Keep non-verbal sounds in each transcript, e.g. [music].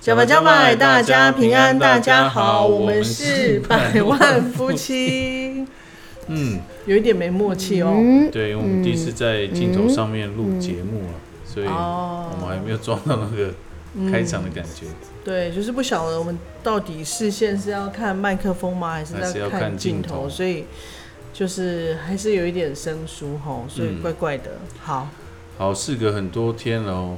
小白小白，大家平安，大家好，我们是百万夫 [laughs] 妻，嗯，有一点没默契哦。对，因为我们第一次在镜头上面录节目了，所以哦嗯我们还没有装到那个开场的感觉，对，就是不晓得我们到底视线是要看麦克风吗，还是还是在要看镜镜头？头所以就是还是有一点生疏吼，所以嗯怪怪的。好，好，事隔很多天了哦，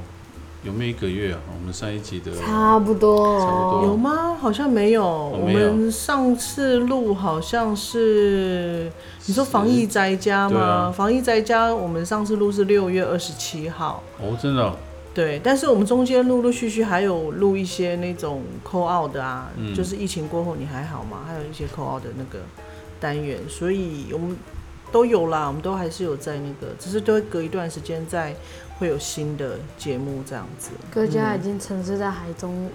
有没有一个月啊？我们上一集的差不多，差不多有吗？好像没有。我哦没有们上次录好像是你说防疫在家对吗？啊防疫在家，我们上次录是六月二十七号。哦，真的哦，对，但是我们中间陆陆续续还有录一些那种扣 out 的啊，嗯就是疫情过后你还好吗？还有一些扣 out 的那个单元，所以我们都有啦，我们都还是有在那个，只是都会隔一段时间再会有新的节目这样子。各家已经沉睡在海中，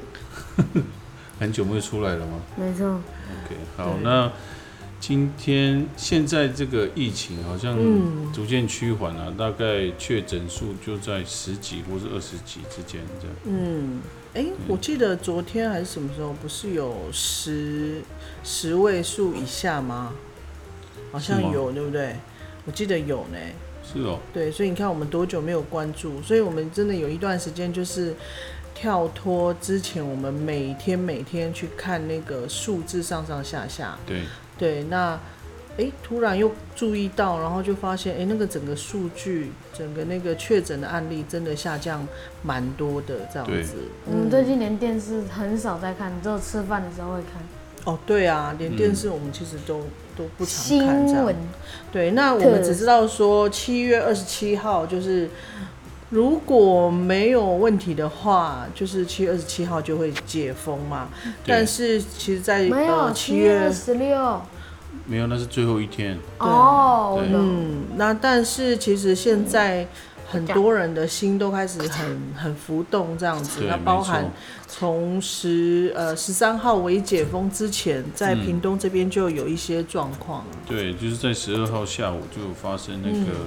很久没有出来了吗没错， ？OK，好对，那今天现在这个疫情好像嗯逐渐趋缓了，大概确诊数就在十几或是二十几之间这样。嗯，哎、我记得昨天还是什么时候，不是有十十位数以下吗？好像是吗有，对不对？我记得有呢。是哦，对，所以你看我们多久没有关注，所以我们真的有一段时间就是跳脱之前我们每天每天去看那个数字上上下下，对，对，那诶突然又注意到，然后就发现诶那个整个数据，整个那个确诊的案例真的下降蛮多的这样对子。我们嗯最近连电视很少在看，只有吃饭的时候会看哦，对啊，连电视我们其实都、都不常新看这样闻。对，那我们只知道说七月二十七号就是，如果没有问题的话，就是七月二十七号就会解封嘛。但是其实在，嗯没有呃七七月月二，十六没有，那是最后一天。哦，我对懂，嗯，那但是其实现在很多人的心都开始嗯很很浮动这样子，对，那没包错含从十呃十三号为解封之前，在嗯屏东这边就有一些状况。对，就是在十二号下午就有发生那个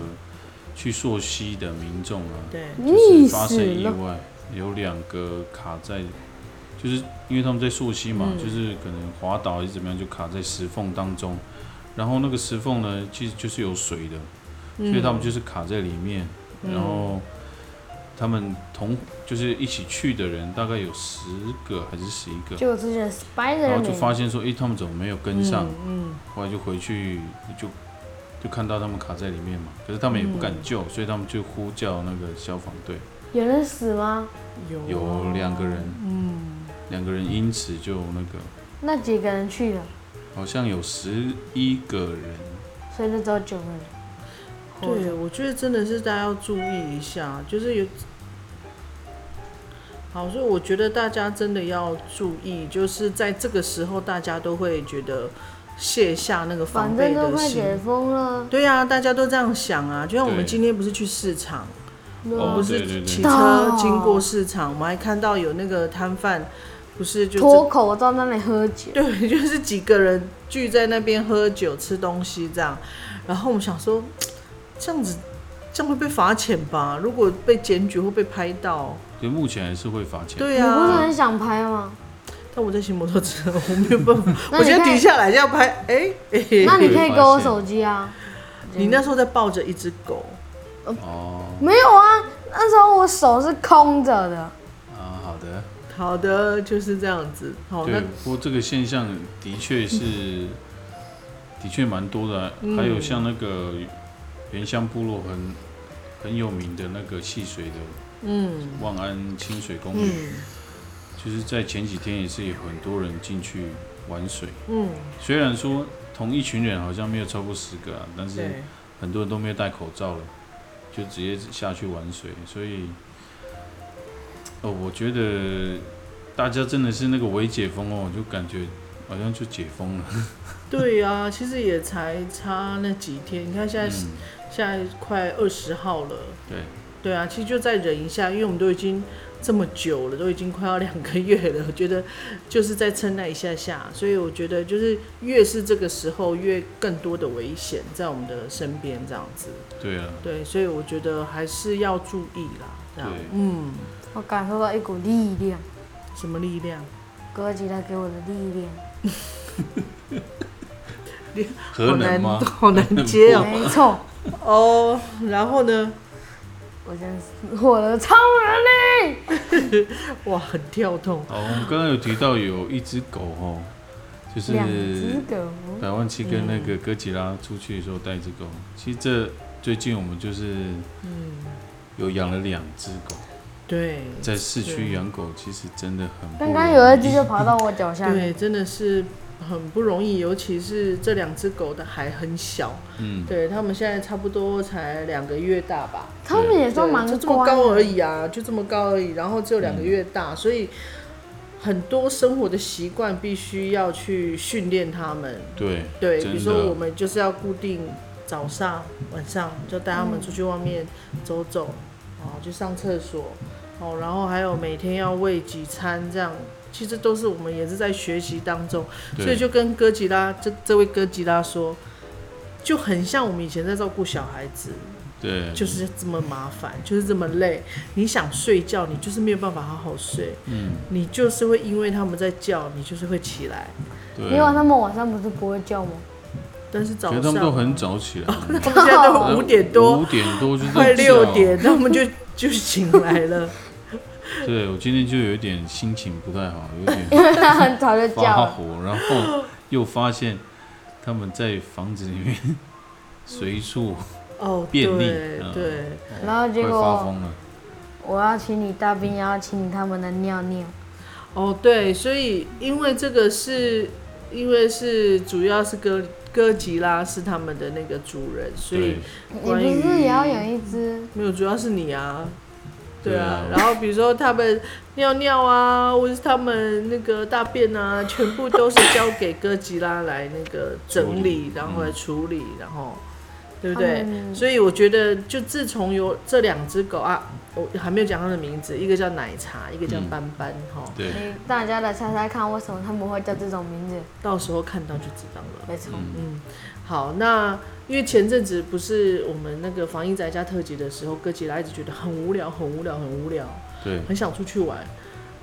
去溯溪的民众啊，对，就是溺发生死意了，外，有两个卡在，就是因为他们在溯溪嘛，就是可能滑倒还是怎么样，就卡在石缝当中。然后那个石缝呢，其实就是有水的，嗯所以他们就是卡在里面。然后他们同就是一起去的人大概有十个还是十一个，就我之前然后就 Spider 发 Man 现说，诶，他们怎么没有跟上？嗯，后来就回去就就看到他们卡在里面嘛，可是他们也不敢救，嗯所以他们就呼叫那个消防队，有人死吗？嗯有有两个人，嗯。两个人因此就那个那几个人去了，好像有十一个人，所以就只有九个人。活对，着，我觉得真的是大家要注意一下，就是有。好，所以我觉得大家真的要注意，就是在这个时候，大家都会觉得卸下那个防反备正都的快心解。封哦了，对啊，大家都这样想啊。就像我们对今天不是去市场，没我哦们不对有对是对骑车经过市场，我们还看到有那个摊贩，不是就脱口罩在那里喝酒， [laughs] 对，就是几个人聚在那边喝酒吃东西这样，然后我们想说，这样子这样会被罚钱吧？如果被检举会被拍到，所以目前还是会罚钱。对你不是啊。很想拍吗？但我在骑摩托车，我没有办法， [laughs] 那我你现在可以停下来要拍，哎、哎、那你可以发给我现手机啊。你那时候在抱着一只狗，哦没有啊，那时候我手是空着的。啊，好的，好的，就是这样子。好，那对，不过这个现象的确是的确蛮多的啊、嗯还有像那个原乡部落很很有名的那个戏水的嗯万安清水公园，嗯就是在前几天也是有很多人进去玩水。嗯，虽然说同一群人好像没有超过十个啊，但是对，很多人都没有戴口罩了，就直接下去玩水。所以，哦，我觉得大家真的是那个微解封哦，我就感觉哎好像就解封了。对啊，其实也才差那几天。你看现在、嗯，现在快二十号了，对，对啊，其实就再忍一下，因为我们都已经这么久了，都已经快要两个月了，我 [laughs] 觉得就是再撑那一下下。所以我觉得就是越是这个时候，越更多的危险在我们的身边这样子。对啊，对，所以我觉得还是要注意啦。这样对，嗯，我感受到一股力量，什么力量？哥吉拉给我的力量。 [laughs] 核能好吗难，？好难接 [laughs] 哦。没错，哦，然后呢？我真是获得超能力。哇，很跳动。哦好，我们刚刚有提到有一只狗哦，就是两只狗，百万七跟那个哥吉拉出去的时候带一只狗。其实这最近我们就是嗯，有养了两只狗，对，在市对区养狗其实真的很不容刚易刚有一只就跑到我脚下，对，真的是很不容易，尤其是这两只狗的还很小，嗯，对它们现在差不多才两个月大吧，它们也算蛮对就这么乖高的。而已啊，就这么高而已，然后只有两个月大，所以很多生活的习惯必须要去训练它们。对对，真比的如说我们就是要固定早上、晚上就带他们出去外面走走，哦，去上厕所，哦，然后还有每天要喂几餐这样，其实都是我们也是在学习当中，所对以就跟哥吉拉这这位哥吉拉说，就很像我们以前在照顾小孩子，对，就是这么麻烦，就是这么累。你想睡觉，你就是没有办法好好睡，嗯，你就是会因为他们在叫，你就是会起来，对因为，他们晚上不是不会叫吗？但是早觉上得他们都很早起来，他们现在 [laughs] 都五点多，五点多 [laughs] 就在快叫六点，他们就就醒来 [laughs] 了。对我今天就有一点心情不太好，有 [laughs] 点因为它很早就叫 [laughs] 发了。火，然后又发现他们在房子里面 [laughs] 随处哦，对便利嗯对，然后快结发果疯了。我要请你大便，也要请你他们的尿尿。哦对，所以因为这个是，因为是主要是哥哥吉拉是他们的那个主人，所以对，你不关于是也要养一只？没有，主要是你啊。对啊，对啊然后比如说他们尿尿啊，或者是他们那个大便啊，全部都是交给哥吉拉来那个整处理理，嗯然后来处理，然后对不他对？们所以我觉得，就自从有这两只狗啊，我还没有讲它的名字，一个叫奶茶，一个叫嗯斑斑哈、对，你大家来猜猜看，为什么他们会叫这种名字？到时候看到就知道了。没错，嗯，嗯，好，那因为前阵子不是我们那个防疫宅家特辑的时候，哥吉拉一直觉得很无聊，很无聊，很无聊，对，很想出去玩。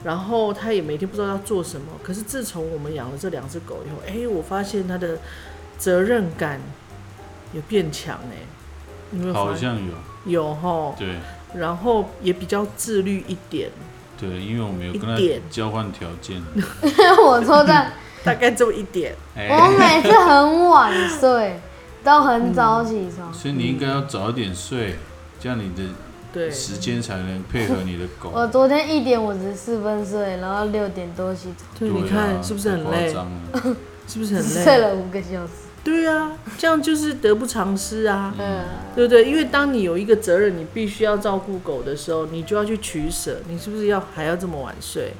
然后他也每天不知道要做什么。可是自从我们养了这两只狗以后，哎，我发现它的责任感有变强哎、你有没有好发现？像有，有吼。对然后也比较自律一 [laughs] 点，对，因为我们有跟一点他交换条 [laughs] 件， [laughs] 我说的，大概这么一点。我哦哎，每次很晚睡， [laughs] 都很早起床。所以你应该要早一点睡，这样你的 [laughs] 对，时间才能配合你的狗。哦我昨天一点五十四分睡，然后六点多起床，对，啊你看是不是很太累夸？张啊了？是不是很睡累？了五个小时。对啊，这样就是得不偿失啊，嗯，对不对？因为当你有一个责任，你必须要照顾狗的时候，你就要去取舍，你是不是要还要这么晚睡？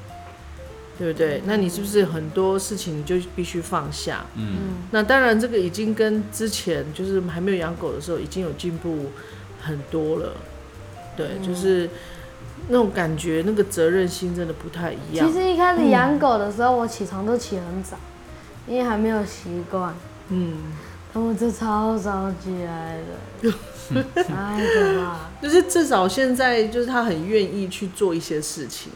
对不对？那你是不是很多事情你就必须放下？ [laughs] 嗯，那当然，这个已经跟之前就是还没有养狗的时候已经有进步很多了。对，嗯就是那种感觉，那个责任心真的不太一样其。实一开始养狗的时候，我起床都起很早，因为还没有习惯。嗯，他们就超早起来的， [laughs] 太可怕。就是至少现在就是他很愿意去做一些事情，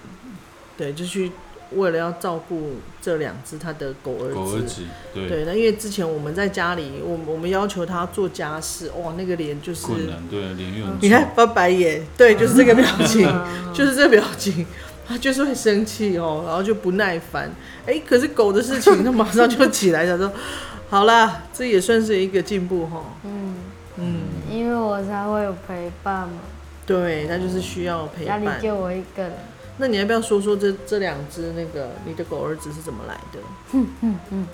对，就去为了要照顾这两只他的狗儿子。狗儿子，对，对，那因为之前我们在家里，我们我们要求他做家事，哇，那个脸就是，困难，对，啊脸又很你看臭，翻白眼，对，就是这个表情。嗯就是这表情，他就是会生气哦，然后就不耐烦。哎，可是狗的事情，它马上就起来，想说，好啦，这也算是一个进步哈、哦。嗯，嗯，因为我才会有陪伴嘛，对，它就是需要陪家里伴。就我一个人。那你要不要说说这这两只那个你的狗儿子是怎么来的？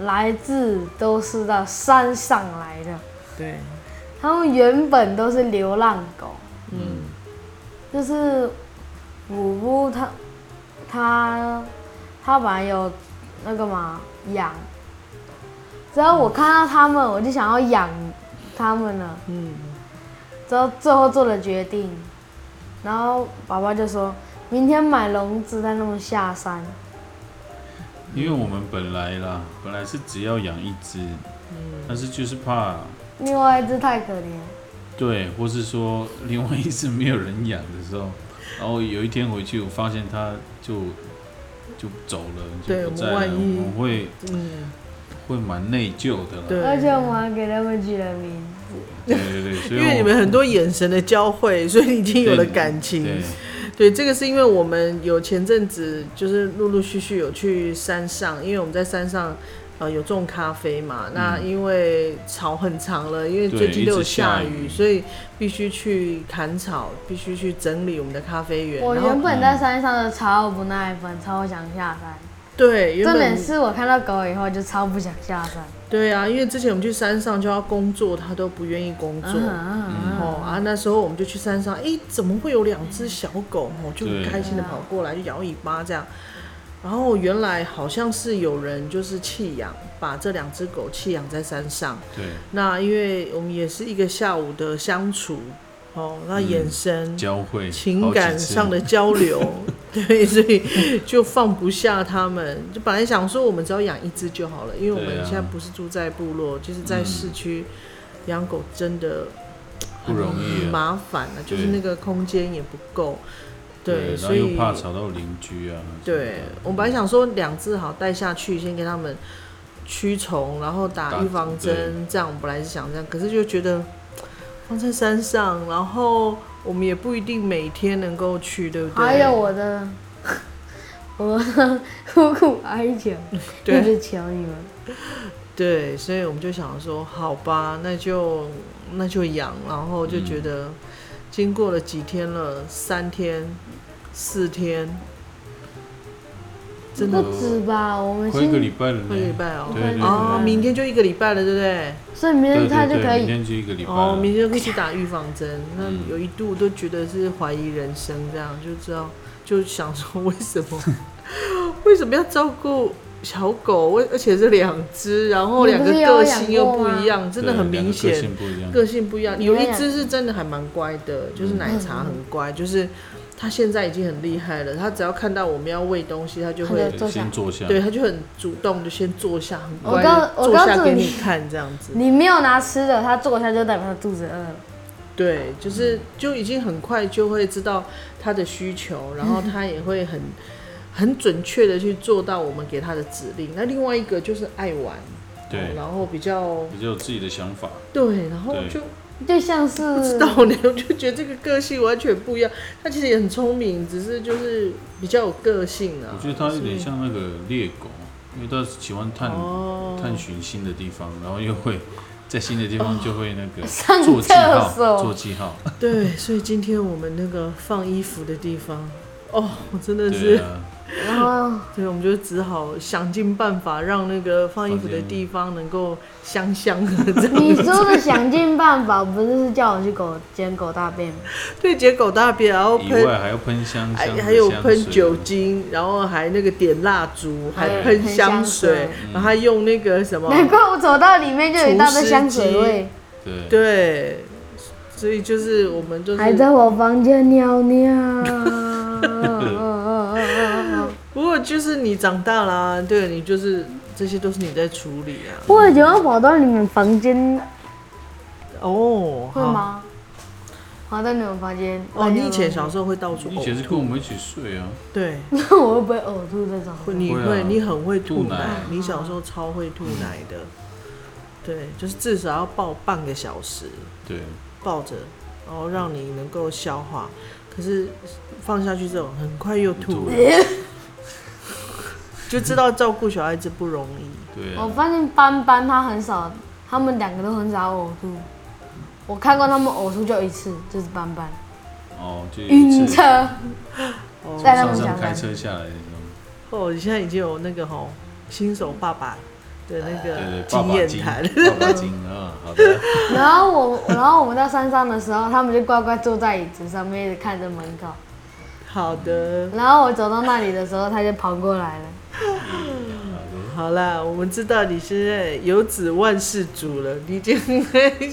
来自都是到山上来的，对，他们原本都是流浪狗，嗯，就是五五他他他本来有那个嘛养，只要我看到他们，我就想要养他们了。嗯，之后最后做了决定，然后爸爸就说明天买笼子带他们下山。因为我们本来啦，本来是只要养一只，嗯但是就是怕另外一只太可怜，对，或是说另外一只没有人养的时候， [laughs] 然后有一天回去，我发现它就就走了，对就不在了，我们万一我们会嗯，会蛮内疚的啦。对而且我们还给他们取了名字。对对 [laughs] 对，所因以为我你们很多眼神的交汇，所以已经有了感情。对，对，这个是因为我们有前阵子就是陆陆续续有去山上，因为我们在山上呃有种咖啡嘛。那因为草很长了，因为嗯对最近都一有直下下雨，雨所以必须去砍草，必须去整理我们的咖啡园。我然后嗯原本在山上的超不耐烦，超想下山。对，原重点本是我看到狗以后就超不想下山。对啊，因为之前我们去山上就要工作，他都不愿意工作。嗯嗯哦啊，那时候我们就去山上，诶，怎么会有两只小狗？哦，就很对开心的跑过来，就摇尾巴这样。然后原来好像是有人就是弃养，把这两只狗弃养在山上。对那因为我们也是一个下午的相处，哦，那眼神、交汇情感上的交流， [laughs] 对，所以就放不下他们。就本来想说我们只要养一只就好了，因为我对们啊现在不是住在部落，就是在嗯市区养狗真的不容易啊很麻烦啊，就是对那个空间也不够，对，然所后以又怕吵到邻居啊。对我本来想说两只好带下去，先给他们驱虫，然后打打预防针，这样我本来是想这样，可是就觉得放在山上，然后我们也不一定每天能够去，对不对？还有我的我的 [laughs] 苦苦哀求，对一直求你们。对，所以我们就想说，好吧，那就那就养，然后就觉得经过了几天了，三天、四天，真的不止吧，我们快一个先，礼拜了呢，一个礼拜哦嗯对对对哦，对明天就一个礼拜了，对不对？所以明对天他对就可对，明以。天就一个礼拜哦，了。明天就可以去打预防针。那嗯有一度都觉得是怀疑人生，这样就知道就想说为什么 [laughs] 为什么要照顾小狗？为而且是两只，然后你两不个是有个养性又过不吗一样，真的对很两明个个显。性不一样。个性不一样，有你一们只是真的还蛮乖的，就是奶茶很乖，嗯就是它现在已经很厉害了。它只要看到我们要喂东西，它就它会就，对先坐下。对，它就很主动，就先坐下，很我乖告的我坐告下诉给你你看这样子。你没有拿吃的，他坐下就代表他肚子饿了。对，嗯就是就已经很快就会知道它的需求，然后它也会很 [laughs] 很准确的去做到我们给它的指令。那另外一个就是爱玩，哦对，然后比较比较有自己的想法。对，然后对就就像不知是道呢，我就觉得这个个性完全不一样。他其实也很聪明，只是就是比较有个性啊。我觉得它有点像那个猎狗，因为它喜欢探哦，探寻 [laughs] 新的地方，然后又会在新的地方就会那个 [laughs] 上做记厕号，做所，记号。对，所以今天我们那个放衣服的地方，哦，我真的是，对对,、啊，然后我们就只好想尽办法让那个放衣服的地方能够香香的这样。你说的想尽办法，不是是叫我去狗捡狗大 [laughs] 便吗？对，结狗大便，然后以喷外还要喷香还香的还有香喷水酒精，然后还那个点蜡烛，还对喷哎喷香香水水，嗯然后还用那个什么，难怪我走到里面就有一大堆香水味，对对，所以就是我们就是还在我房间 [laughs] 尿尿。不过就是你长大啦、对你就是这些都是你在处理啊。我以前会跑到你们房间，哦，会好？吗？啊跑到你们房间。哦，你以前 [laughs] 小时候会到处以前是跟我们一起睡啊，对，候，我会不会呕吐这种？会你会啊会你很会吐吐奶嗯奶，你小时候超会吐奶的。对，就是至少要抱半个小时，对，抱着，然后让你能够消化。可是放下去之后，很快又吐吐了，就知道照顾小孩子不容易。对啊我，发现斑斑他很少，他们两个都很少呕吐。我看过他们呕吐就一次，就是斑斑哦，就有一晕次车，哦在他上们家山开车下来的时候，哦，你现在已经有那个吼新手爸爸的那对对个，爸经爸验经，谈。爸爸经啊，好的， [laughs] 然后我，然后我们到山上的时候，他们就乖乖坐在椅子上面，一直看着门口。 [laughs] 好的，然后我走到那里的时候，他就跑过来了，好啦，我们知道你现在有子万事足了，你已经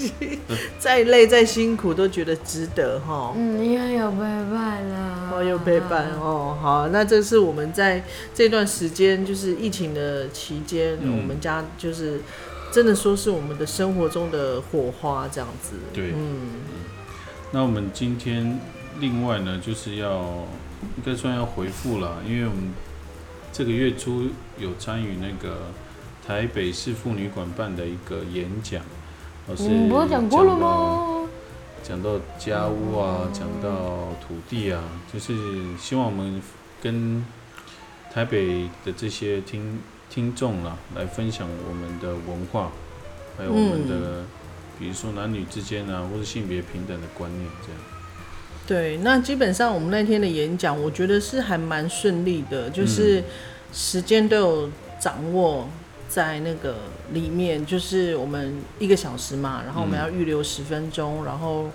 [laughs] 再累再辛苦都觉得值得哈。嗯，因为有陪伴啦。哦，有陪伴。哦，好，那这是我们在这段时间，就是疫情的期间，嗯我们家就是真的说是我们的生活中的火花这样子。对嗯，那我们今天另外呢，就是要应该算要回复啦，因为我们这个月初有参与那个台北市妇女馆办的一个演讲，哦老师嗯你们不是讲过了？吗？讲到家务啊，讲到土地啊，就是希望我们跟台北的这些听听众啦，来分享我们的文化，还有我们嗯的，比如说男女之间啊，或者性别平等的观念这样。对，那基本上我们那天的演讲，我觉得是还蛮顺利的，嗯就是时间都有掌握在那个里面，就是我们一个小时嘛，然后我们嗯要预留十分钟，然后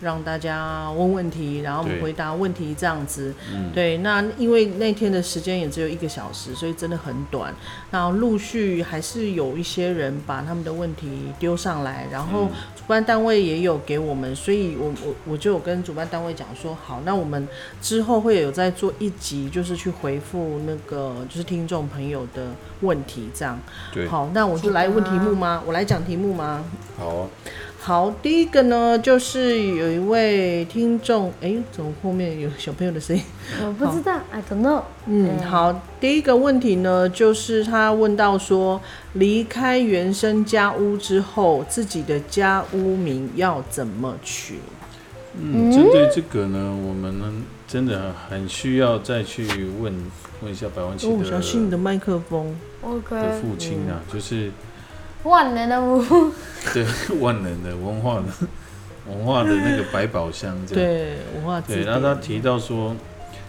让大家问问题，然后我们对回答问题这样子。嗯，对，那因为那天的时间也只有一个小时，所以真的很短。然后陆续还是有一些人把他们的问题丢上来，然后嗯主办单位也有给我们，所以我我我就有跟主办单位讲说，好，那我们之后会有再做一集，就是去回复那个就是听众朋友的问题，这样。对，好好，那我就来问题目吗？我来讲题目吗？啊，好，第一个呢，就是有一位听众，哎，怎么后面有小朋友的声音？我不知道，I don't know。嗯，嗯好，第一个问题呢，就是他问到说，离开原生家屋之后，自己的家屋名要怎么取？嗯，针对这个呢，我们呢真的很需要再去问问一下白万琪哦，的小心你的麦克风。的 OK。父亲啊，就是万能 [laughs] 的我。对万能的文化的 [laughs] 文化的那个百宝箱这样。对，文化字对，典。然后他提到说，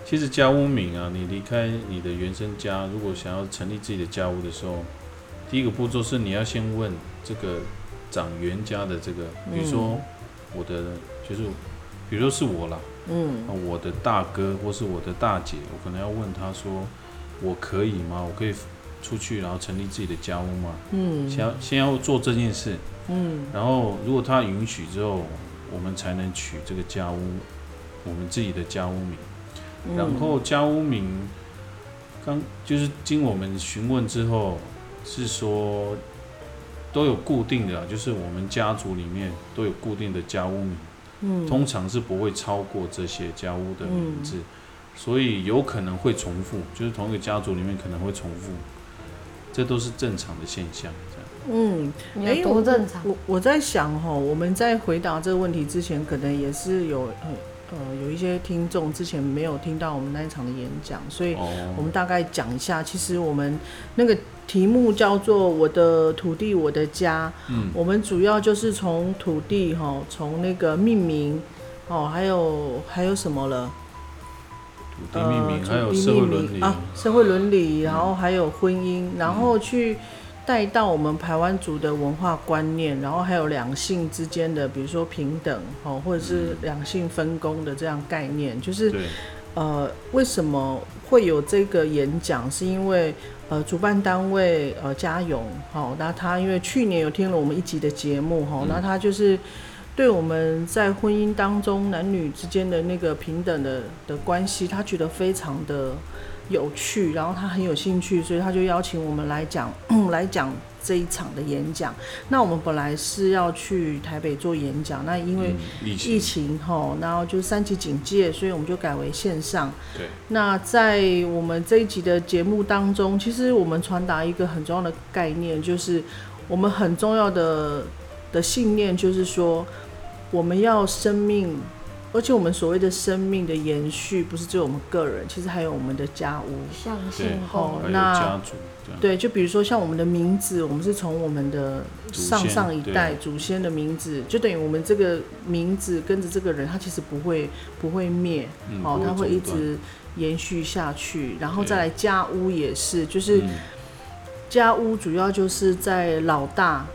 其实家屋名啊，你离开你的原生家，如果想要成立自己的家屋的时候，第一个步骤是你要先问这个长原家的这个，比如说我的、就是，比如说是我啦，嗯那我的大哥或是我的大姐，我可能要问他说，我可以吗？我可以出去然后成立自己的家屋吗？嗯先要先要做这件事，嗯然后如果他允许之后，我们才能取这个家屋，我们自己的家屋名。嗯然后家屋名，刚就是经我们询问之后，是说都有固定的啊，就是我们家族里面都有固定的家屋名，嗯通常是不会超过这些家屋的名字，所以有可能会重复，就是同一个家族里面可能会重复，这都是正常的现象。这样，嗯，哎有多正常？我我在想哈，我们在回答这个问题之前，可能也是有呃呃有一些听众之前没有听到我们那一场的演讲，所以我哦，们大概讲一下，其实我们那个题目叫做“我的土地，我的家”。嗯，我们主要就是从土地哈，从那个命名哦，还有还有什么了？土地命名、呃还有土地社会命伦名理嗯啊，社会伦理，然后还有婚姻，然后去带到我们台湾族的文化观念，然后还有两性之间的，比如说平等哦，或者嗯是两性分工的这样概念，就是对，呃，为什么会有这个演讲？是因为呃，主办单位呃，嘉勇，好、那他因为去年有听了我们一集的节目，哈、嗯那他就是对我们在婚姻当中男女之间的那个平等的的关系，他觉得非常的有趣，然后他很有兴趣，所以他就邀请我们来讲 [clears throat] 来讲这一场的演讲。那我们本来是要去台北做演讲，那因为、嗯疫疫情，情吼，然后就三级警戒，所以我们就改为线上。对，那在我们这一集的节目当中，其实我们传达一个很重要的概念，就是我们很重要的的信念，就是说我们要生命，而且我们所谓的生命的延续，不是只有我们个人，其实还有我们的家屋。相信对过哦还有那家族这样。对，就比如说像我们的名字，我们是从我们的祖上先上一对代祖先的名字，就等于我们这个名字跟着这个人，他其实不会不会灭，嗯哦，不它会一中断直延续下去。然后对再来家屋也是，就是嗯家屋主要就是在老大。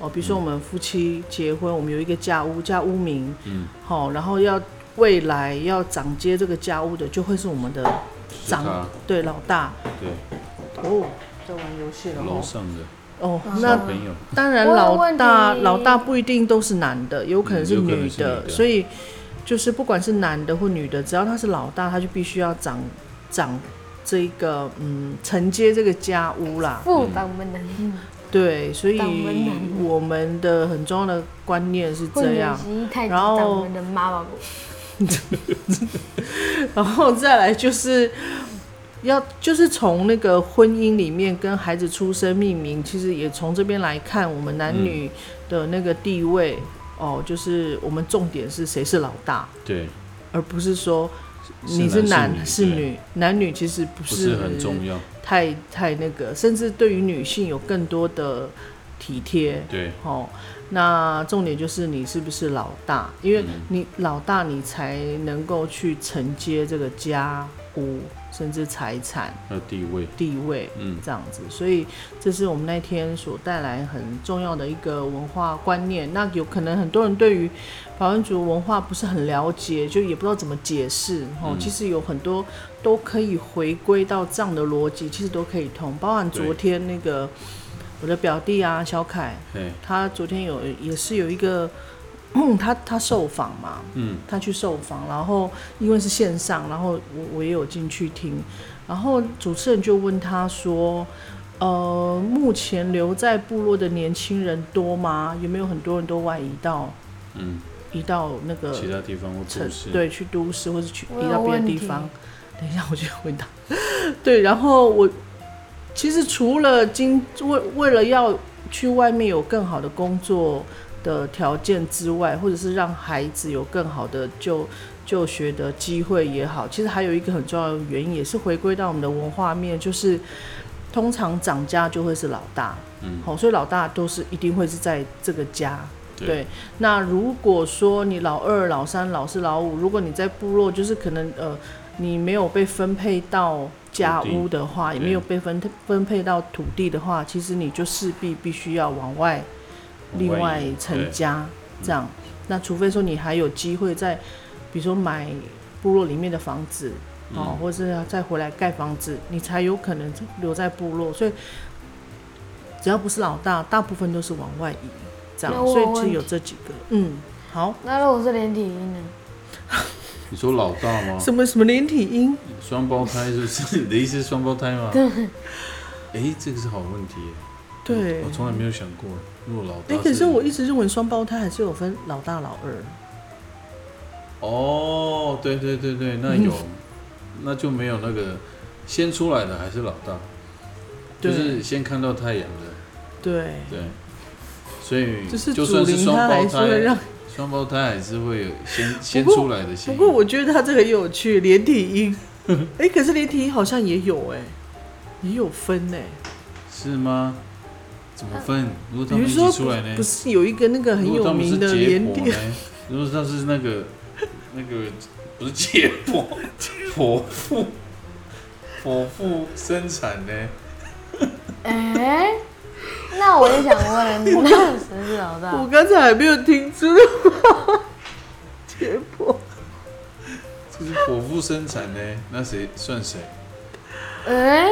哦，比如说我们夫妻结婚，我们有一个家屋，家屋名，嗯，好、然后要未来要长接这个家屋的，就会是我们的是长他对老大，对，哦，在玩游戏了楼哦。上的哦，小那朋友，当然我有老问大题老大不一定都是男的，有可能是嗯有可能女是的，女的所以就是不管是男的或女的，只要他是老大，他就必须要长长这个嗯承接这个家屋啦。不挡门能对，所以掌门男我们的很重要的观念是混这元样，吉太子然后挡门的妈妈不，然后再来就是要就是从那个婚姻里面跟孩子出生命名，其实也从这边来看我们嗯男女的那个地位、哦，就是我们重点是谁是老大，对，而不是说你是是男是对，女，男女其实不不是很重要，太太那个，甚至对于女性有更多的体贴。对，哦，那重点就是你是不是老大，因嗯为你老大，你才能够去承接这个家屋，甚至财产还有地位，地位嗯，这样子。所以这是我们那天所带来很重要的一个文化观念。那有可能很多人对于法文族文化不是很了解，就也不知道怎么解释。哦，嗯其实有很多都可以回归到这样的逻辑，其实都可以通。包含昨对天那个我的表弟啊，小凯。哎，他昨天有也是有一个， [clears throat] 他他受访嘛，嗯，他去受访，然后因为是线上，然后我我也有进去听，然后主持人就问他说，呃，目前留在部落的年轻人多吗？有没有很多人都外移到嗯，移到那个其他地方会城不是，，呃对去都市或是去我移有到别的问地题方。 [laughs] 等一下，我就回答。对，然后我其实除了今为为了要去外面有更好的工作的条件之外，或者是让孩子有更好的就就学的机会也好，其实还有一个很重要的原因，也是回归到我们的文化面，就是通常长家就会是老大，嗯，好、所以老大都是一定会是在这个家对，对，那如果说你老二、老三、老四、老五，如果你在部落，就是可能呃，你没有被分配到家土地屋的话，也对没有被分分配到土地的话，其实你就势必必须要往外另往外移成，家嗯这样。那除非说你还有机会在，比如说买部落里面的房子，嗯哦，或者是再回来盖房子，你才有可能留在部落。所以只要不是老大，大部分都是往外移，这样。那我所以有其实有问题这几个，嗯，好，那如果是连体婴 [laughs] 呢？对你说老大吗？什么什么连体婴，双胞胎是不是？ [laughs] 你的意思是双胞胎吗？哎，这个是好问题耶，对嗯我。从来没有想过，如果老哎、大，可是我一直认为双胞胎还是有分老大老二，哦，对对对对，嗯那有，那就没有那个先出来的还是老大，就对是先看到太阳的，对，对，所以就是就祖算是灵双他胞还是会让胎，。啊双胞胎还是 [laughs] 会有先先不过出来的不先。过我觉得他这个很有趣，连体 [laughs] 婴，哎、可是连体婴好像也有哎、也有分哎、是吗？怎么分？如果他啊们比如一说起出来不呢？是有一个那个很如果有他们是名的结连果体，呢？如果他是那个那个不是结果， [laughs] 剖腹剖腹生产呢？哎、那我也想问，那谁是老大？ [laughs] 我刚才还没有听出 [laughs] 结果。这是剖腹生产呢，那谁算谁？哎、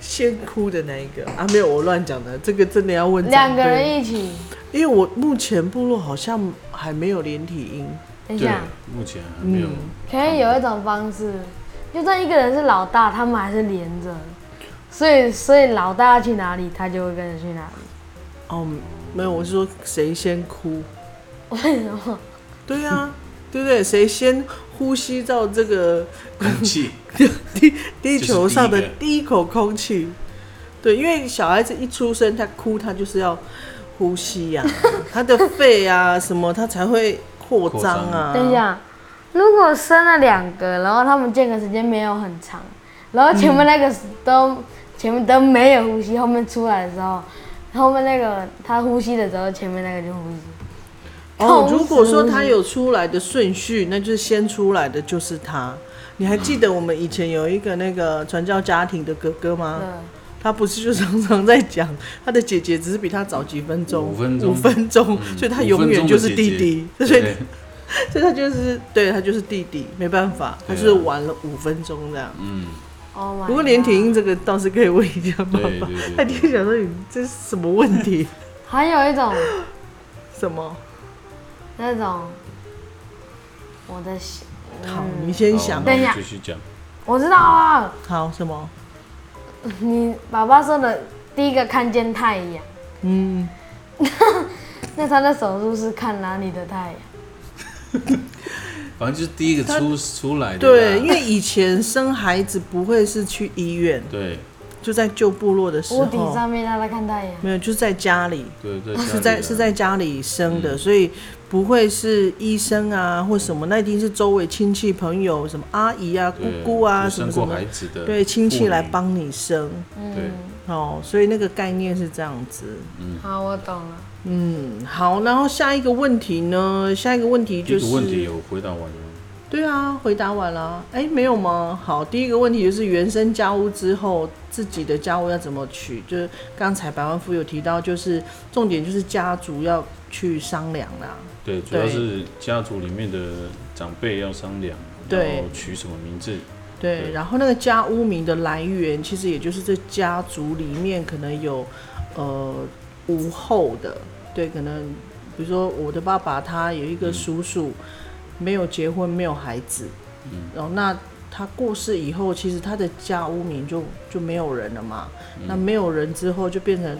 先哭的那一个啊，没有，我乱讲的，这个真的要问两个长辈人，一起，因为我目前部落好像还没有连体婴，等一对下，，目前还没有。嗯可以有一种方式，就算一个人是老大，他们还是连着，所以所以老大要去哪里，他就会跟着去哪里。哦，没有，我是说谁先哭， [laughs] 为什么？对啊，对不对？谁先呼吸到这个空 [laughs] 气，地地球上的这是第一口空气。对，因为小孩子一出生，他哭，他就是要呼 [laughs] 吸呀、他的肺啊什么，他才会扩张啊。等一下，如果生了两个，然后他们间隔时间没有很长，然后前面那个都、前面都没有呼吸，后面出来的时候，后面那个他呼吸的时候，前面那个就呼吸。哦，同时如果说他有出来的顺序，那就是先出来的就是他。你还记得我们以前有一个那个传教家庭的哥哥吗？对，他不是就常常在讲，他的姐姐只是比他早几分钟，五分钟嗯五分钟，所以他永远就是弟弟，对所以所以他就是对他就是弟弟，没办法，他就是对啊玩了五分钟这样。嗯， Oh my 不过连 god 体婴这个倒是可以问一下妈对妈，对她对一定想说你这是什么问题？还有一种什么？那种我的心好，你先想好。等一下继续讲。我知道啊，好，什么？你爸爸说的第一个看见太阳，嗯， [laughs] 那他的手术是看哪里的太阳？反正就是第一个出出来的啦。对，因为以前生孩子不会是去医院，对就在旧部落的时屋顶候，上面让他看太阳。没有，就是在家里，对对，是在是在家里生的，所以不会是医生啊或什么，那一定是周围亲戚朋友，什么阿姨啊、姑姑啊什生么什过么孩，子的，对，亲戚来妇女。帮你生对，哦，所以那个概念是这样子。好，我懂了。嗯，好，然后下一个问题呢？下一个问题这就个问题是，有回答完了吗？对啊，回答完了。哎，没有吗？好，第一个问题就是原生家屋之后自己的家屋要怎么取？就是刚才百万富有提到，就是重点就是家族要去商量啦。对，主要对是家族里面的长辈要商量，对然后取什么名字，对，对然后那个家屋名的来源，其实也就是这家族里面可能有呃无后的，对，可能比如说我的爸爸他有一个叔叔、没有结婚，没有孩子，然后那他过世以后，其实他的家屋名就就没有人了嘛，那没有人之后就变成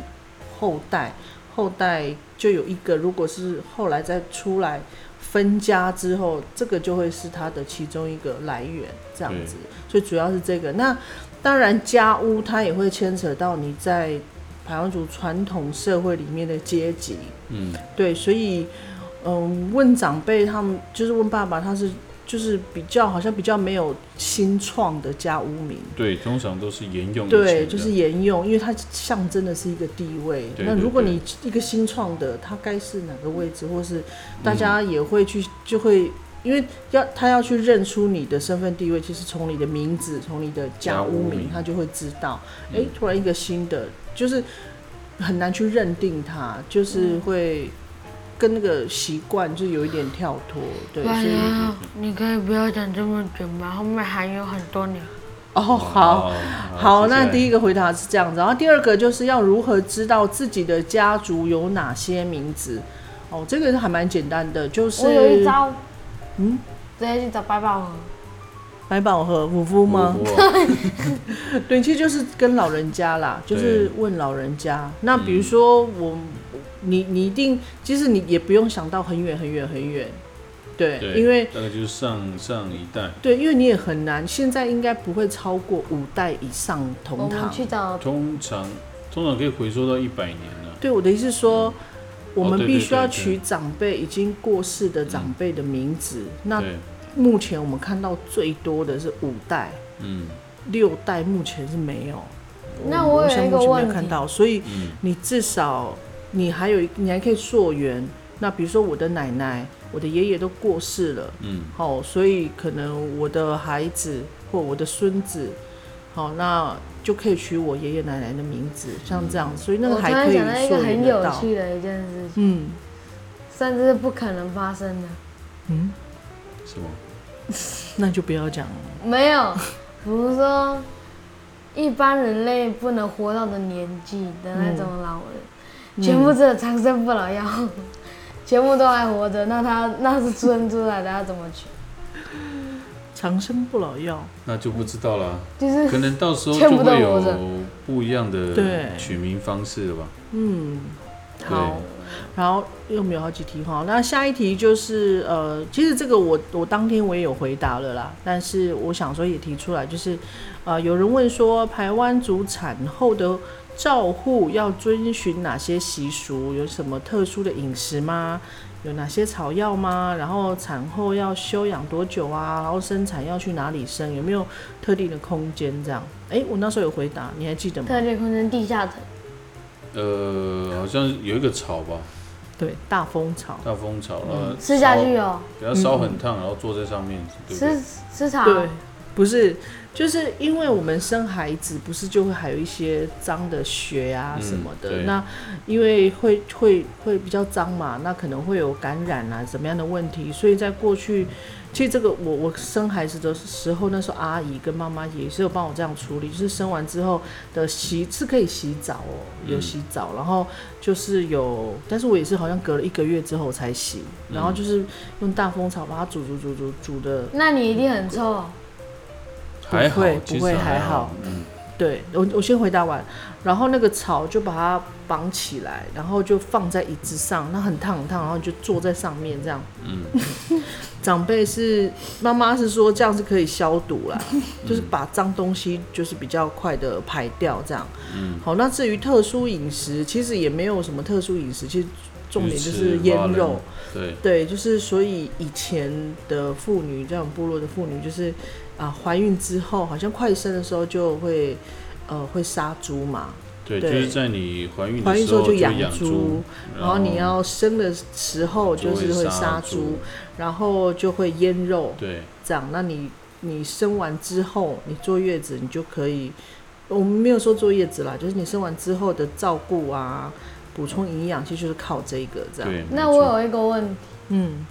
后代，后代就有一个，如果是后来再出来分家之后，这个就会是他的其中一个来源，这样子。所以主要是这个。那当然，家屋它也会牵扯到你在排湾族传统社会里面的阶级，嗯，对，所以嗯，问长辈他们就是问爸爸，他是就是比较好像比较没有新创的家屋名。对，通常都是沿用以前对，的就是沿用，因为它象征的是一个地位。对那对如果对你一个新创的，它该是哪个位置，或是嗯大家也会去，就会因为要他要去认出你的身份地位，其实从你的名字，从你的家家屋屋名名，嗯他就会知道。哎、突然一个新的，就是很难去认定它，就是会跟那个习惯就有一点跳脱。对，啊所以呀，你可以不要讲这么久吗？后面还有很多年。哦，好。好，那第一个回答是这样子，然后第二个就是要如何知道自己的家族有哪些名字。哦，这个还蛮简单的，就是我有一招，嗯，直接去找白宝盒。百宝盒五夫吗？ [laughs] 吗？对，其实就是跟老人家啦，就是问老人家。那比如说我，你你一定，其实你也不用想到很远很远很远，对，对，因为大概就是上上一代，对，因为你也很难，现在应该不会超过五代以上我同们堂。去找通常通常可以回溯到一百年了。对，我的意思是说，我们嗯哦对必对须对要对嗯取长辈已经过世的长辈的名字。那对，目前我们看到最多的是五代、嗯，六代，目前是没有。那我有想一目个前没问有看题，到，所以嗯你至少你还有一你还可以溯源。那比如说我的奶奶、我的爷爷都过世了，嗯，好，所以可能我的孩子或我的孙子，好，那就可以取我爷爷奶奶的名字，像嗯这样，所以那个我突还然可以想到一个溯源很得有到。趣的一件事情，嗯，甚至是不可能发生的。什么？那就不要讲了。没有， [laughs] 比如说一般人类不能活到的年纪的那种老人，嗯全部只有长生不老药， [laughs] 全部都还活着，那他那是生出来的，要怎么取？长生不老药，那就不知道了， [laughs] 就是可能到时候全就部都会活着有不一样对的取名方式了吧？嗯，好对，然后又没有好几题哈。那下一题就是呃，其实这个我我当天我也有回答了啦，但是我想说也提出来，就是呃，有人问说台湾族产后的照护要遵循哪些习俗？有什么特殊的饮食吗？有哪些草药吗？然后产后要休养多久啊？然后生产要去哪里生？有没有特定的空间？这样，哎，我那时候有回答，你还记得吗？特定空间地下层，呃，好像有一个草吧，对，大蜂巢。大蜂草，嗯然后吃下去哦，给它烧很烫，然后坐在上面，对不吃对？吃草，对，不是，就是因为我们生孩子，不是就会还有一些脏的血啊嗯什么的。对那因为会会会比较脏嘛，那可能会有感染啊怎么样的问题，所以在过去其实这个我我生孩子的时候，那时候阿姨跟妈妈也是有帮我这样处理，就是生完之后的洗是可以洗澡哦，有洗澡，然后就是有，但是我也是好像隔了一个月之后才洗，然后就是用大蜂巢把它煮煮煮煮煮的，那你一定很臭。哦还好不会，其不会实还好好，嗯，对我我先回答完，然后那个草就把它绑起来，然后就放在椅子上，那很烫很烫，然后你就坐在上面这样。 [laughs] 长辈是妈妈是说这样是可以消毒啦，就是把脏东西就是比较快的排掉这样。好，那至于特殊饮食，其实也没有什么特殊饮食，其实重点就鱼是翅蛙腌人肉。对，对，就是所以以前的妇女，这种部落的妇女，就是啊，怀孕之后，好像快生的时候就会，呃，会杀猪嘛，对，就对是在你怀孕怀的时孕之后候就养养猪，然后你要生的时候就就是会会杀杀猪猪，然后就会腌肉，对，这样，那你你生完之后，你坐月子，你就可以，我们没有说坐月子啦，就是你生完之后的照顾啊，补充营养，其实就是靠这个这样，对，那没错 [laughs] 我有一个问题，嗯。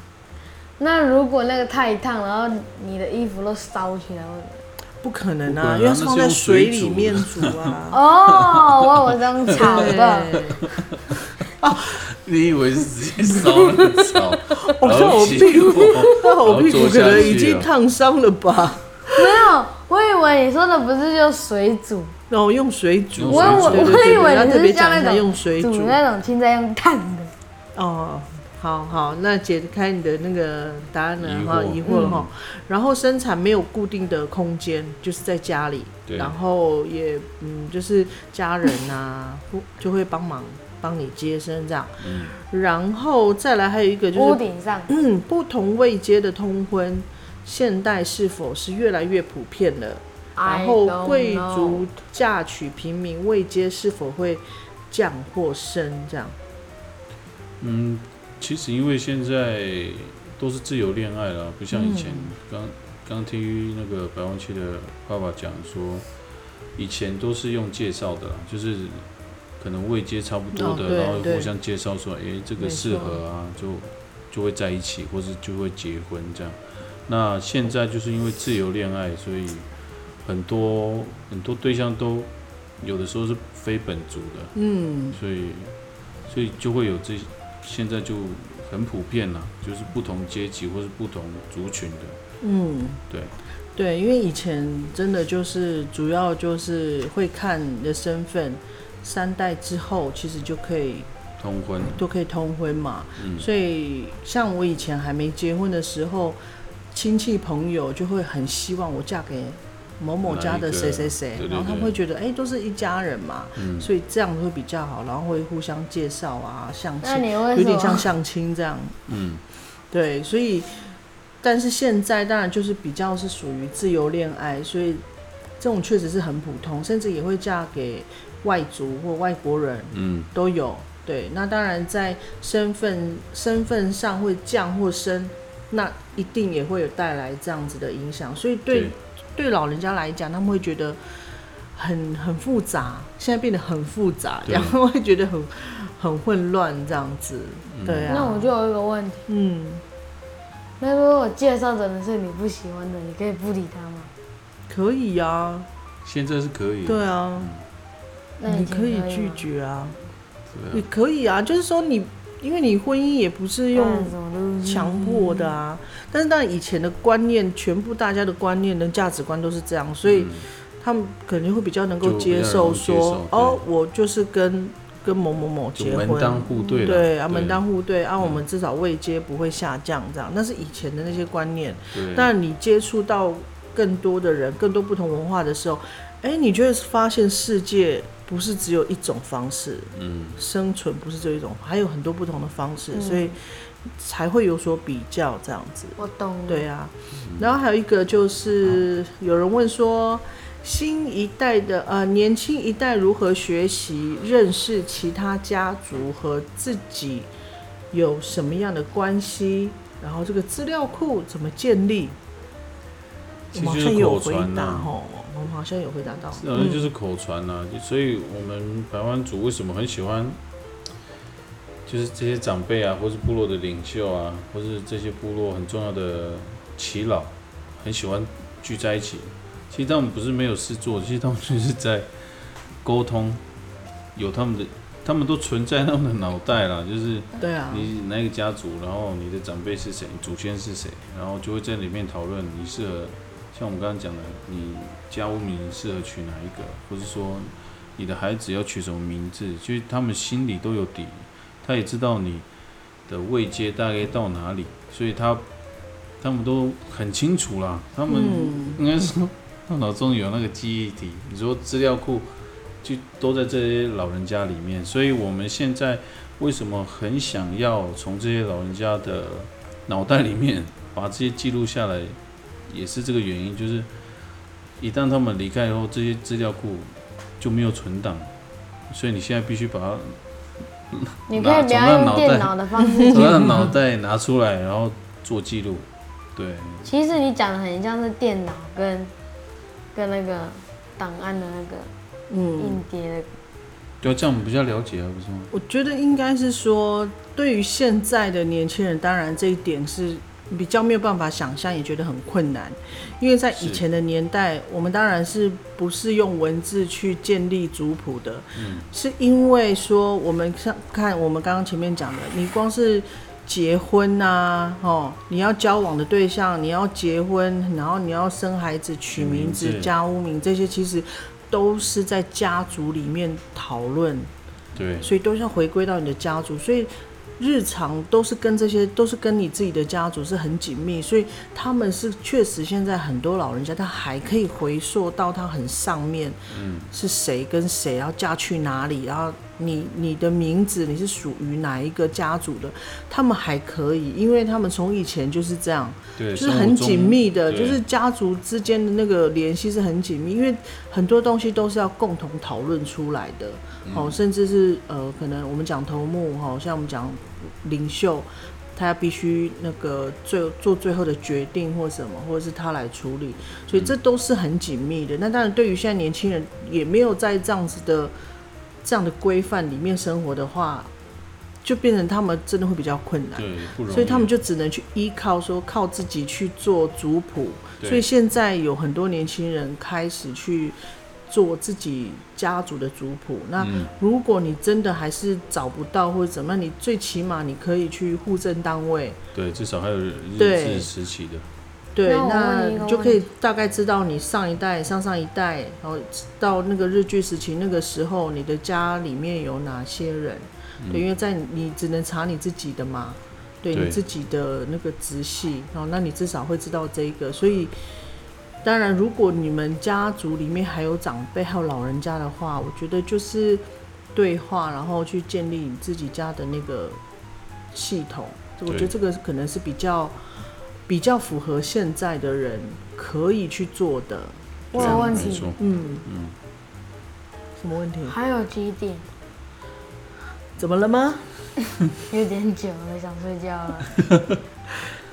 那如果那个太烫，然后你的衣服都烧起来，会 [laughs] 怎不可能不可能啊，啊因为是放在水里面煮么样 [laughs] 啊。哦，我有这样炒的。对， [laughs] 你以为是直接烧 [laughs] 了烧？我哦这好我奇屁股，怪那我屁股可能然已经后坐下去了烫伤了吧？没有，我以为你说的不是就水煮，然后用水煮，用我水煮对我对我对以为要你特是别像讲一那下用种水煮煮那种青菜用烫的。哦。好好，那解开你的那个答案了疑惑哈，疑惑嗯了哈。然后生产没有固定的空间，就是在家里，对然后也嗯，就是家人啊， [laughs] 不就会帮忙帮你接生这样。然后再来还有一个就是屋顶上，嗯，不同位阶的通婚，现代是否是越来越普遍了？然 I don't 后贵 know 族嫁娶平民位阶是否会降或升？这样，嗯，其实因为现在都是自由恋爱了，不像以前。嗯刚刚听那个百万七的爸爸讲说，以前都是用介绍的啦，就是可能位阶差不多哦的，对然后对互相介绍说，诶，这个没适错合啊，就就会在一起，或是就会结婚这样。那现在就是因为自由恋爱，所以很多很多对象都有的时候是非本族的，嗯，所以所以就会有这现在就很普遍了，就是不同阶级或是不同族群的，嗯，对，对，因为以前真的就是主要就是会看你的身份，三代之后其实就可以通婚，都可以通婚嘛。嗯所以像我以前还没结婚的时候，亲戚朋友就会很希望我嫁给某某家的谁谁谁哪一个对，对然后他们对会觉得哎、都是一家人嘛，嗯，所以这样会比较好，然后会互相介绍啊，相那亲，你为有什点像么？相亲这样。嗯，对，所以但是现在当然就是比较是属于自由恋爱，所以这种确实是很普通，甚至也会嫁给外族或外国人。嗯，都有。对，那当然在身份身份上会降或升，那一定也会有带来这样子的影响。所以对对对老人家来讲，他们会觉得很很复杂，现在变得很复杂，对然后会觉得很很混乱这样子。对啊，那我就有一个问题，嗯，那如果介绍的人是你不喜欢的，你可以不理他吗？可以啊，现在是可以，对啊，那以你前可以吗拒。绝啊，对你啊，可以啊，就是说你因为你婚姻也不是用干什么强迫的啊。但是当然以前的观念，全部大家的观念跟价值观都是这样，所以嗯他们可能会比较能够就比较接容受易接说，受对哦，我就是跟跟某某某就结门当婚。户对嗯了，对啊，门当户对啊，我们至少位阶不会下降，这样那是以前的那些观念。对，但你接触到更多的人、更多不同文化的时候，哎，你就会发现世界不是只有一种方式，嗯，生存不是只有一种，还有很多不同的方式，嗯所以才会有所比较这样子。我懂了。对啊，然后还有一个就是有人问说，新一代的呃年轻一代如何学习认识其他家族和自己有什么样的关系？然后这个资料库怎么建立？我其实们好就像是有口回传答呐、哦，我们好像有回答到。好像呃就是啊口传呐、所以我们台湾族为什么很喜欢，就是这些长辈啊，或是部落的领袖啊，或是这些部落很重要的耆老很喜欢聚在一起。其实他们不是没有事做，其实他们就是在沟通，有他们的，他们都存在他们的脑袋啦，就是对啊，你哪一个家族，然后你的长辈是谁，祖先是谁，然后就会在里面讨论你适合，像我们刚刚讲的，你家屋名适合取哪一个，或是说你的孩子要取什么名字，其实他们心里都有底，他也知道你的位阶大概到哪里，所以他他们都很清楚啦，他们嗯应该说他脑中有那个记忆体，你说资料库就都在这些老人家里面，所以我们现在为什么很想要从这些老人家的脑袋里面把这些记录下来，也是这个原因，就是一旦他们离开以后，这些资料库就没有存档，所以你现在必须把 [laughs] 它你可以不要用电脑的方式从讲。他的脑袋拿出来，然后做记录。对， [laughs] 其实你讲的很像是电脑跟跟那个档案的那个嗯，硬碟的，就这样我们比较了解啊，不是吗？我觉得应该是说，对于现在的年轻人，当然这一点是比较没有办法想象，也觉得很困难，因为在以是前的年代，我们当然是不是用文字去建立族谱的，嗯是因为说我们像看我们刚刚前面讲的，你光是。结婚啊，哦，你要交往的对象，你要结婚，然后你要生孩子、取名字取、名字家屋名，这些其实都是在家族里面讨论对，所以都是要回归到你的家族，所以日常都是跟这些都是跟你自己的家族是很紧密，所以他们是确实现在很多老人家他还可以回溯到他很上面，嗯，是谁跟谁，然后嫁去哪里，然后你你的名字你是属于哪一个家族的，他们还可以，因为他们从以前就是这样，对，就是很紧密的，生活中就是家族之间的那个联系是很紧密，因为很多东西都是要共同讨论出来的。嗯哦，甚至是呃，可能我们讲头目，哈、像我们讲领袖，他必须那个最做最后的决定或什么，或者是他来处理，嗯所以这都是很紧密的。那当然，对于现在年轻人也没有在这样子的这样的规范里面生活的话，就变成他们真的会比较困难。对，不容易。所以他们就只能去依靠说靠自己去做族谱。对所以现在有很多年轻人开始去做自己家族的族谱。那嗯如果你真的还是找不到或者怎么样，你最起码你可以去户政单位。对，至少还有日对治时期的，对，那我那问你一个你就问可以题大概知道你上一代、上上一代，然后到那个日据时期那个时候，你的家里面有哪些人？对，因为在你你只能查你自己的嘛，对对你自己的那个直系，然后那你至少会知道这一个。所以，当然，如果你们家族里面还有长辈、还有老人家的话，我觉得就是对话，然后去建立你自己家的那个系统。我觉得对这个可能是比较比较符合现在的人可以去做的。我对有问没题，错，嗯嗯什么问题？还有几点？怎么了吗？有点久了，想睡觉了。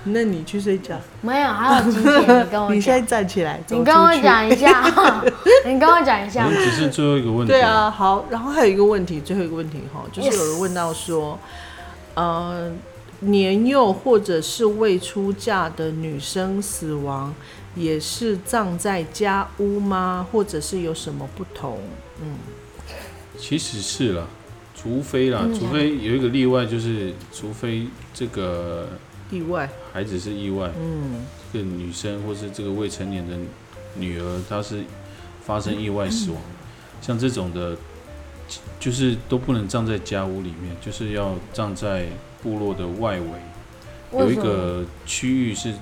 那你去睡觉。没有，还有几点？你跟我 [laughs] 你现在讲，站起来，走你跟我出去讲一下， [laughs] 你跟我讲一我下们。只是最后一个问题，对，啊，好，然后还有一个问题，最后一个问题哈，就是有 Yes 人问到说，呃，年幼或者是未出嫁的女生死亡，也是葬在家屋吗？或者是有什么不同？其实是啦，除非啦，嗯除非有一个例外，就是除非这个意外？孩子是意外，嗯这个女生或是这个未成年的女儿，她是发生意外死亡，像这种的，就是都不能葬在家屋里面，就是要葬在部落的外围。有为一什么？个区域是，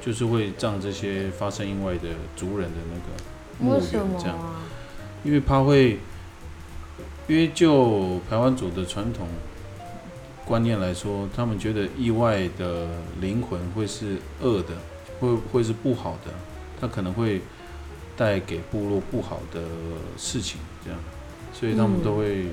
就是会葬这些发生意外的族人的那个墓为什园么这样，啊？因为怕会，因为就排湾族的传统观念来说，他们觉得意外的灵魂会是恶的，会会是不好的，他可能会带给部落不好的事情，这样，所以他们嗯都会，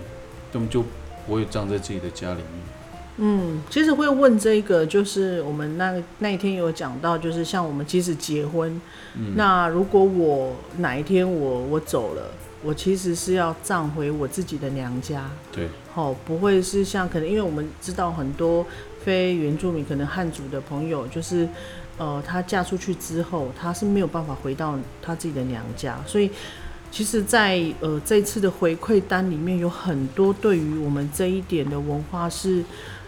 他嗯们就不会葬在自己的家里面。嗯，其实会问这个，就是我们那那一天有讲到，就是像我们即使结婚，嗯那如果我哪一天我我走了，我其实是要葬回我自己的娘家。对，哦，不会是像可能，因为我们知道很多非原住民，可能汉族的朋友，就是呃，她嫁出去之后，她是没有办法回到她自己的娘家，所以其实在，呃这一次的回馈单里面有很多对于我们这一点的文化是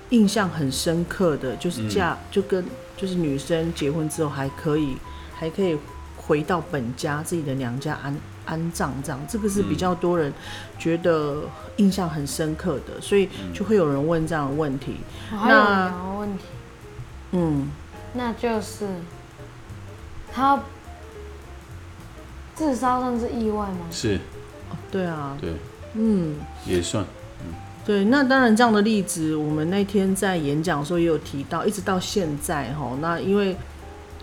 印象很深刻的，就是嫁、就跟就是女生结婚之后还可以还可以回到本家自己的娘家安安葬这样，这个是比较多人觉得印象很深刻的，所以就会有人问这样的问题，我还有两个问题，嗯。那就是他自杀算是意外吗？是对啊，对，嗯，也算，对，那当然这样的例子，我们那天在演讲的时候也有提到，一直到现在哈，那因为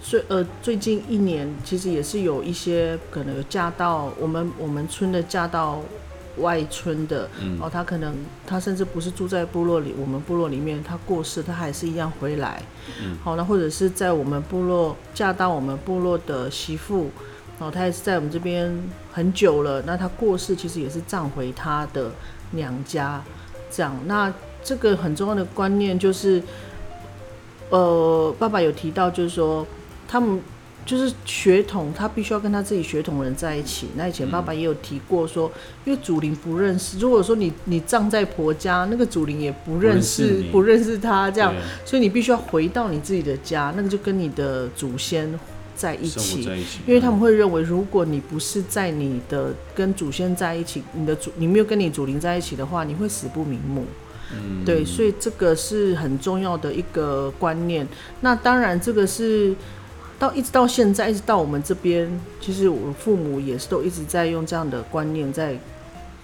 最呃最近一年，其实也是有一些可能有嫁到我们我们村的嫁到外村的，嗯哦，他可能他甚至不是住在部落里，我们部落里面他过世，他还是一样回来。嗯好，那或者是在我们部落嫁到我们部落的媳妇，哦，她也是在我们这边很久了，那她过世其实也是葬回她的娘家，这样。那这个很重要的观念就是，呃，爸爸有提到，就是说他们。就是血统，他必须要跟他自己血统人在一起。那以前爸爸也有提过说，因为祖灵不认识，如果说你你葬在婆家，那个祖灵也不认不识认识，你不认识他这样。对所以你必须要回到你自己的家，那个就跟你的祖先在一生活起，在一起，因为他们会认为，如果你不是在你的跟祖先在一起，你的祖你没有跟你祖灵在一起的话，你会死不瞑目。嗯对，所以这个是很重要的一个观念。那当然，这个是到一直到现在，一直到我们这边，其实我父母也是都一直在用这样的观念在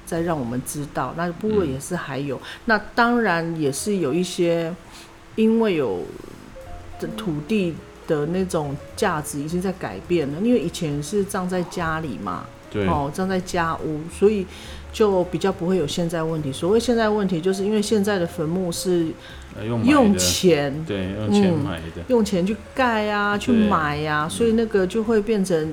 在让我们知道。那部落也是还有，那当然也是有一些因为有的土地的那种价值已经在改变了，因为以前是葬在家里嘛，对，哦，葬在家屋，所以就比较不会有现在问题。所谓现在问题，就是因为现在的坟墓是呃用买用的，钱对，用钱嗯买的，用钱去盖啊，去对买呀、所以那个就会变成。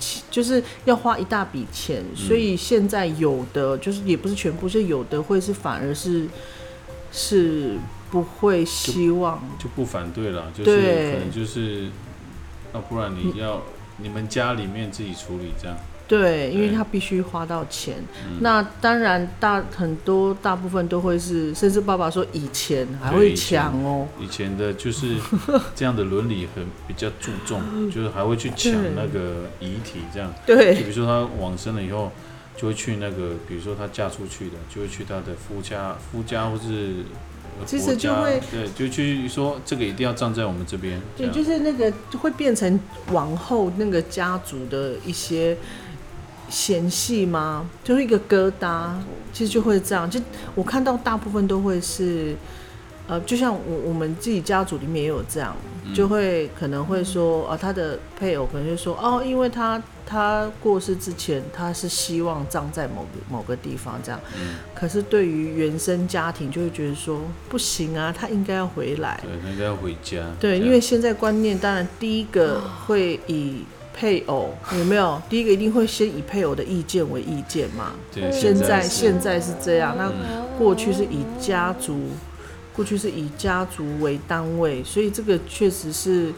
其就是要花一大笔钱，嗯所以现在有的就是也不是全部，就有的会是反而是是不会希望就不反对了，就是对嗯可能就是，那不然你要你们家里面自己处理这样，对，因为对嗯他必须花到钱。那当然大很多大部分都会是，甚至爸爸说以前还对会以前抢哦、以前的就是 [laughs] 这样的伦理很比较注重，就是还会去抢对那个遗体这样，就对比如说他往生了以后，就会去那个，比如说他嫁出去的，就会去他的夫家、夫家或是呃其实婆就家会对，就去说这个一定要站在我们这边，这对，样就是那个就会变成往后那个家族的一些嫌隙吗？就是一个疙瘩，其实就会这样。就我看到大部分都会是，呃，就像我我们自己家族里面也有这样，就会可能会嗯说，啊，他的配偶可能就说，哦，因为他他过世之前，他是希望葬在某个某个地方这样，可是对于原生家庭就会觉得说，不行啊，他应该要回来。对，那个要回家，对，这样因为现在观念，当然第一个会以配偶有没有？ [laughs] 第一个一定会先以配偶的意见为意见嘛。对现在在现是嗯在是这样，那过去是以家族，过去是以家族为单位，所以这个确实是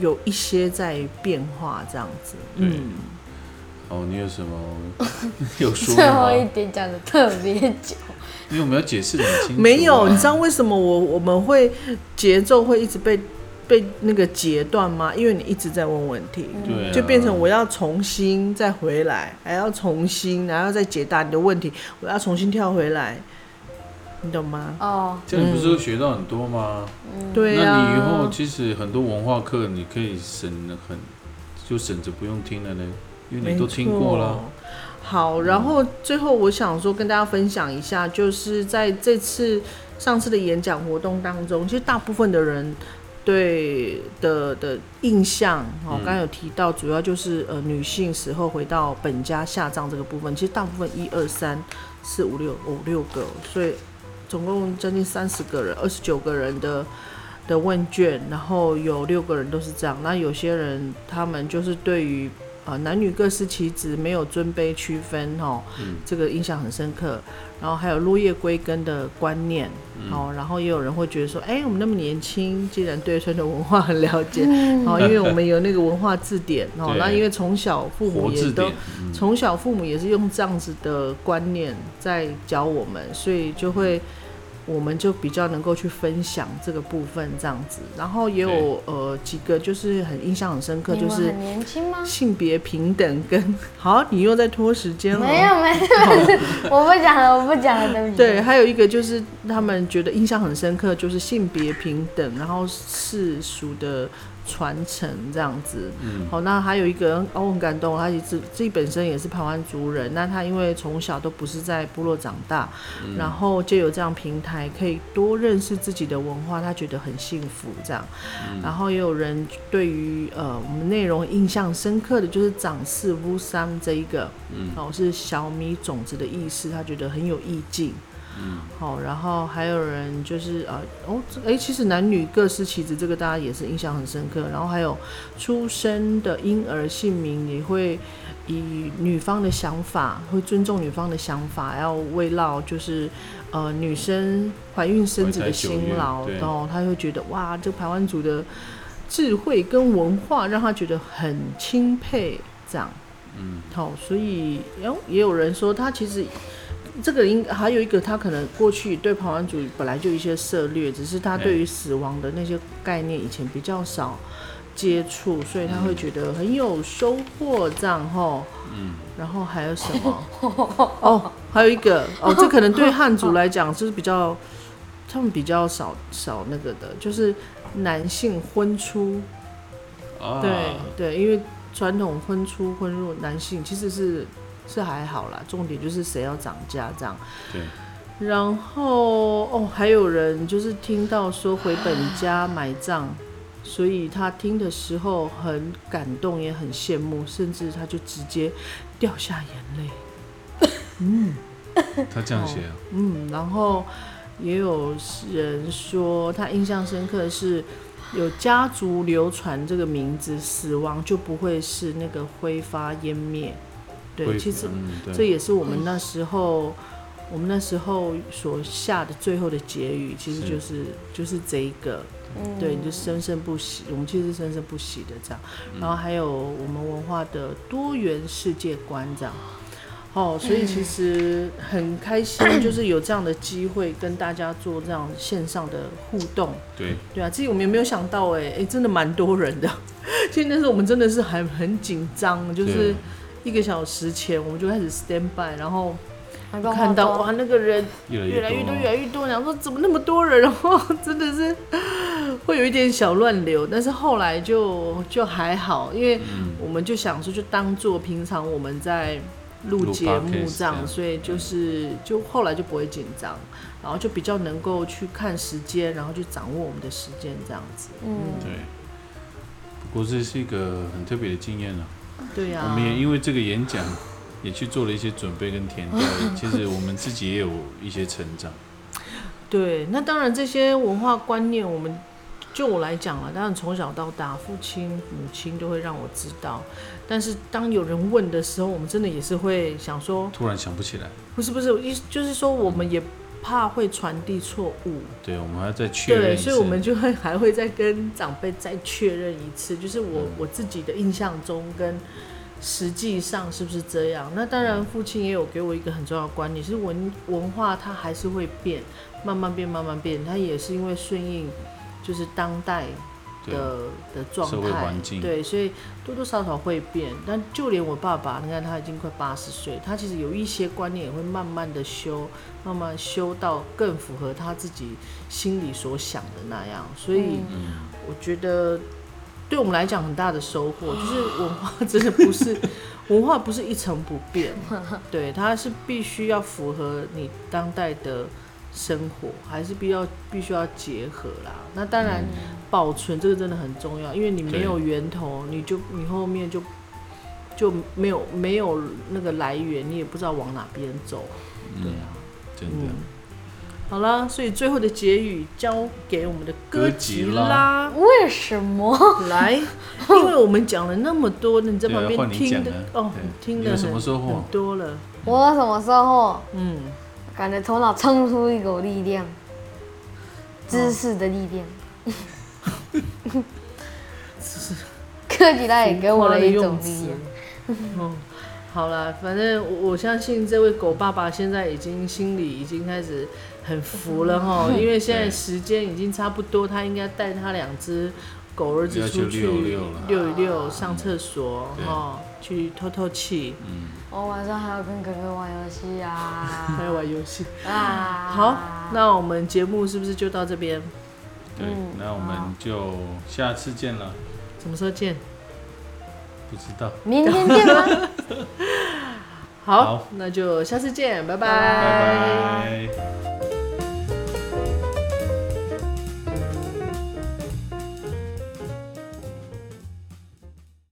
有一些在变化这样子。对嗯，哦，你有什么 [laughs] 有说最后一吗？点讲的特别久，因为我们要解释得很清楚啊，没有，你知道为什么我我们会节奏会一直被被那个截断吗？因为你一直在问问题。对啊，就变成我要重新再回来，还要重新，然后再解答你的问题，我要重新跳回来，你懂吗？哦，这样，你不是会学到很多吗？对啊呀、嗯那你以后其实很多文化课你可以省得很，就省着不用听了呢，因为你都听过没了错。。好，然后最后我想说跟大家分享一下，就是在这次上次的演讲活动当中，其实大部分的人对的的印象，哦，嗯刚刚有提到，主要就是呃女性死后回到本家下葬这个部分，其实大部分一二三四五六五六个，所以总共将近三十个人，二十九个人的的问卷，然后有六个人都是这样。那有些人他们就是对于呃男女各司其职，没有尊卑区分哦，嗯这个印象很深刻。然后还有落叶归根的观念，嗯哦，然后也有人会觉得说，哎，我们那么年轻，既然对传统文化很了解，嗯哦，因为我们有那个文化字典，哦，对那因为从小父母活也字都典，嗯，从小父母也是用这样子的观念在教我们，所以就会我们就比较能够去分享这个部分这样子。然后也有呃几个就是很印象很深刻，你就们是很年轻吗？性别平等跟好，你又在拖时间了。没有没有，我不讲了，我不讲了，对不起。对，，还有一个就是他们觉得印象很深刻，就是性别平等，然后世俗的传承这样子。嗯好，那还有一个哦，我很感动，他自自己本身也是排湾族人，那他因为从小都不是在部落长大，嗯然后借由这样平台可以多认识自己的文化，他觉得很幸福这样。嗯然后也有人对于呃我们内容印象深刻的就是长势乌桑这一个，嗯哦是小米种子的意思，他觉得很有意境。嗯好、然后还有人就是呃，哦，哎、诶其实男女各司其职，这个大家也是印象很深刻。然后还有出生的婴儿姓名也会以女方的想法，会尊重女方的想法，要围绕就是呃女生怀孕生子的辛劳怀胎九月，对然后他会觉得哇，这个台湾族的智慧跟文化让他觉得很钦佩，这样。嗯，好、所以然后也有人说他其实这个应还有一个他可能过去对排湾族本来就有一些涉略，只是他对对于死亡的那些概念以前比较少接触，所以他会觉得很有收获这样吼。嗯，然后还有什么？哦，还有一个哦，这可能对汉族来讲就是比较，他们比较少少那个的，就是男性婚出啊，对对，因为传统婚出婚入男性其实是是还好啦，重点就是谁要涨价这样。对。然后哦，还有人就是听到说回本家埋葬，所以他听的时候很感动，也很羡慕，甚至他就直接掉下眼泪。他这样写啊，嗯，然后也有人说他印象深刻的是有家族流传这个名字，死亡就不会是那个挥发湮灭。对，会其实嗯，这对，也是我们那时候。我们那时候所下的最后的结语，其实是就是就是这一个，嗯对，你就生生不息。我们其实是生生不息的这样，嗯然后还有我们文化的多元世界观这样。哦，所以其实很开心， [coughs] 就是有这样的机会跟大家做这样线上的互动。对，对啊，自己我们也没有想到、哎、哎，真的蛮多人的。 [laughs] 其实那时候我们真的是还很紧张，就是对一个小时前我们就开始 stand by，然后好多看到好多哇，那个人越来越来越多，多，越来越多，然后说怎么那么多人，然 [laughs] 后真的是会有一点小乱流，但是后来就就还好，因为嗯我们就想说，就当做平常我们在录录节目 podcast 这这样，样所以就是就后来就不会紧张，然后就比较能够去看时间，然后去掌握我们的时间这样子。嗯，对。不过这是一个很特别的经验啊。对呀、我们也因为这个演讲，也去做了一些准备跟 [laughs] 填调。其实我们自己也有一些成长。对，那当然这些文化观念，我们就我来讲了，当然从小到大，父亲、母亲都会让我知道。但是当有人问的时候，我们真的也是会想说，突然想不起来，不是不是，意思就是说我们也怕会传递错误，对我们还要再确认对，一次。所以我们就会还会再跟长辈再确认一次，就是我、嗯我自己的印象中跟实际上是不是这样。那当嗯然，父亲也有给我一个很重要的观念，就是文文化它还是会变，慢慢变，慢慢变，它也是因为顺应就是当代对的的状社会态环，境对，所以多多少少会变。但就连我爸爸，你看他已经快八十岁，他其实有一些观念也会慢慢的修，慢慢修到更符合他自己心里所想的那样。所以嗯我觉得，对我们来讲很大的收获就是文化真的不是文化不是一成不变，对，它是必须要符合你当代的。生活还是必要必须要结合啦。那当然，保存这个真的很重要，因为你没有源头，你就你后面就就没有没有那个来源，你也不知道往哪边走。嗯，真的。好啦，所以最后的结语交给我们的哥吉拉。为什么？来，因为我们讲了那么多，那你在旁对啊边换你听讲的啊哦 [laughs] 对，听你的有什么收获很多了，我有什么收获？嗯，感觉头脑冲出一股力量，哦知识的力量。科技拉哎也给我了一种力 [laughs] 量。哦，好啦，反正我我相信这位狗爸爸现在已经心里已经开始很服了嗯哈，因为现在对时间已经差不多，他应该带他两只狗儿子要去出去遛一遛了啊嗯遛一遛，上厕所对哈，去透透气，我哦晚上还要跟哥哥玩游戏嗯 [laughs] 啊还有玩游戏。啊！好，那我们节目是不是就到这边？对，那我们就下次见了，什么时候见？不知道。明天见吗？好，好那就下次见，拜拜拜拜。